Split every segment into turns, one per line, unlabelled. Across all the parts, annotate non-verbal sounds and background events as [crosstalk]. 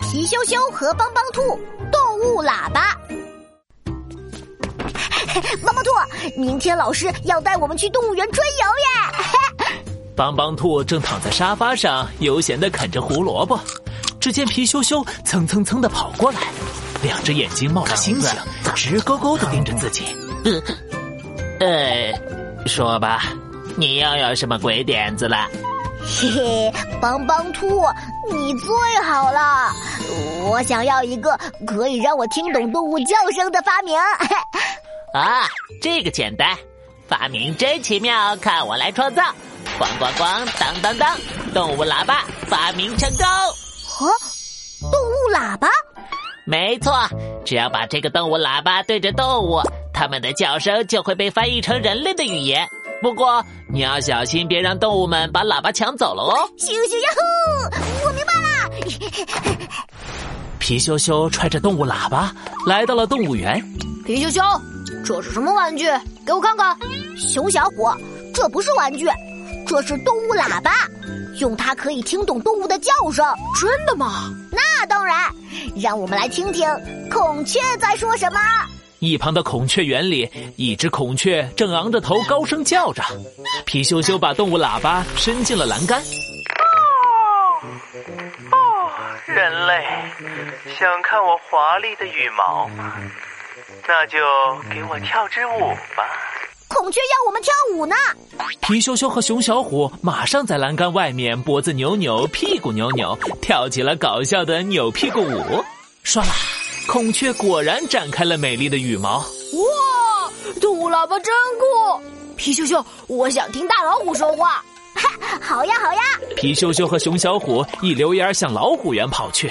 皮羞羞和帮帮兔动物喇叭。 [laughs] 帮帮兔，明天老师要带我们去动物园春游耶！
帮帮兔正躺在沙发上悠闲地啃着胡萝卜，只见皮羞羞蹭蹭蹭地跑过来，两只眼睛冒着星星，直勾勾地盯着自己。
嗯呃，说吧，你又有什么鬼点子了？
[laughs] 嘿嘿，帮帮兔，你最好了。我想要一个可以让我听懂动物叫声的发明。 [laughs]
啊，这个简单，发明真奇妙，看我来创造！咣咣咣，当当当，动物喇叭发明成功。
哦，动物喇叭，
没错，只要把这个动物喇叭对着动物，它们的叫声就会被翻译成人类的语言。不过你要小心，别让动物们把喇叭抢走了哦。
咻咻呀呼！我明白了。
皮羞羞揣着动物喇叭来到了动物园，
皮球球，这是什么玩具？给我看看。
熊小伙，这不是玩具，这是动物喇叭，用它可以听懂动物的叫声。
真的吗？
那当然，让我们来听听孔雀在说什么。
一旁的孔雀园里，一只孔雀正昂着头高声叫着。皮羞羞把动物喇叭伸进了栏杆，
人类，想看我华丽的羽毛吗？那就给我跳支舞吧。
孔雀要我们跳舞呢。
皮羞羞和熊小虎马上在栏杆外面脖子扭扭，屁股扭扭，跳起了搞笑的扭屁股舞。唰啦，孔雀果然展开了美丽的羽毛。
哇，动物喇叭真酷！皮球球，我想听大老虎说话。
[laughs] 好呀好呀，
皮羞羞和熊小虎一溜烟儿向老虎园跑去。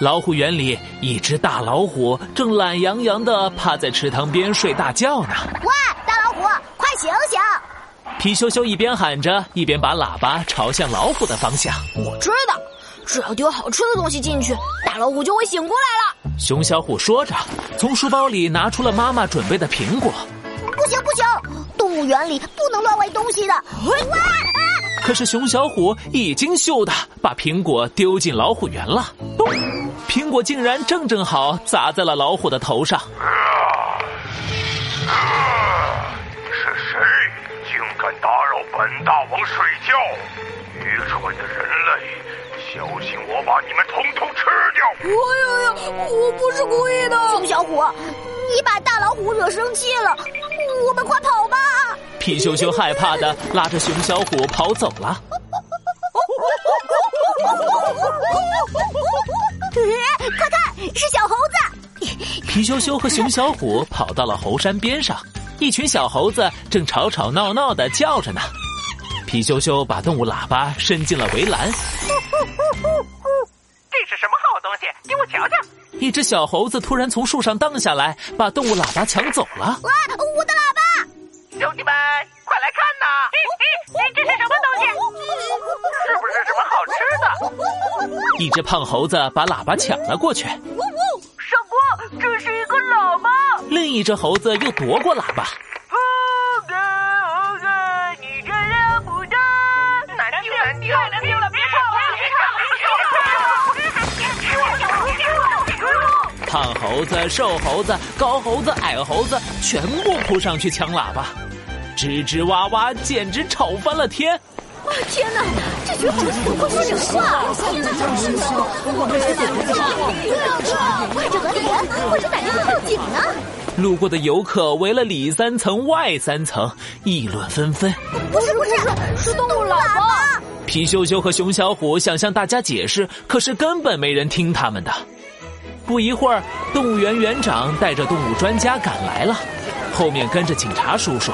老虎园里，一只大老虎正懒洋洋地趴在池塘边睡大觉呢。
喂，大老虎，快醒醒！
皮羞羞一边喊着，一边把喇叭朝向老虎的方向。
我知道，只要丢好吃的东西进去，大老虎就会醒过来了。
熊小虎说着，从书包里拿出了妈妈准备的苹果。
不行不行，动物园里不能乱喂东西的。喂，啊！
可是熊小虎已经咻的把苹果丢进老虎园了，咚！苹果竟然正正好砸在了老虎的头上。
是谁竟敢打扰本大王睡觉？愚蠢的人类，小心我把你们统统吃掉！
哎呀呀，我不是故意的。
熊小虎，你把大老虎惹生气了，我们快跑吧！
皮羞羞害怕的拉着熊小虎跑走了。
哎快看，是小猴子！
皮羞羞和熊小虎跑到了猴山边上，一群小猴子正吵吵闹闹的叫着呢。皮羞羞把动物喇叭伸进了围栏，
这是什么好东西？给我瞧瞧！
一只小猴子突然从树上荡下来，把动物喇叭抢走了。
哇，我的喇叭！
兄弟们，快来看呐！咦咦，这是什么东西？是不是什么好吃的？
一只胖猴子把喇叭抢了过去，
什么？这是一个喇叭！
另一只猴子又夺过喇叭。
猴哥，猴哥，你这让不让？难听，难听，难听了！别吵了，别吵了，别吵了！
胖猴子、瘦猴子、高猴子、矮猴子全部扑上去抢喇叭，吱吱哇哇，简直吵翻了天。
天哪，这群猴子怎么会说人话？天哪，是的，我们是怎
或者和田，或者打电话报警呢？
路过的游客围了里三层外三层，议论纷纷。
不是不是，是动物喇叭！
皮羞羞和熊小虎想向大家解释，可是根本没人听他们的。不一会儿，动物园园长带着动物专家赶来了，后面跟着警察叔叔，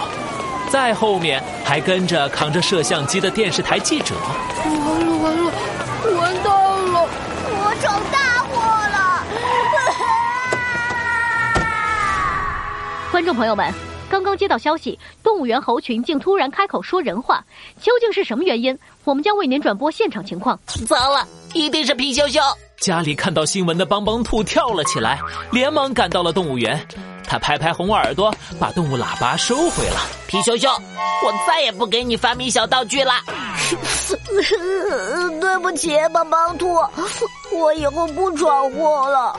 再后面还跟着扛着摄像机的电视台记者。
完了完了，完蛋了！
我闯大祸了！ [laughs]
观众朋友们，刚刚接到消息，动物园猴群竟突然开口说人话，究竟是什么原因？我们将为您转播现场情况。
糟了，一定是皮羞羞。
家里看到新闻的帮帮兔跳了起来，连忙赶到了动物园。他拍拍红耳朵，把动物喇叭收回了。
皮熊熊，我再也不给你发明小道具了。
对不起，帮帮兔，我以后不闯祸了。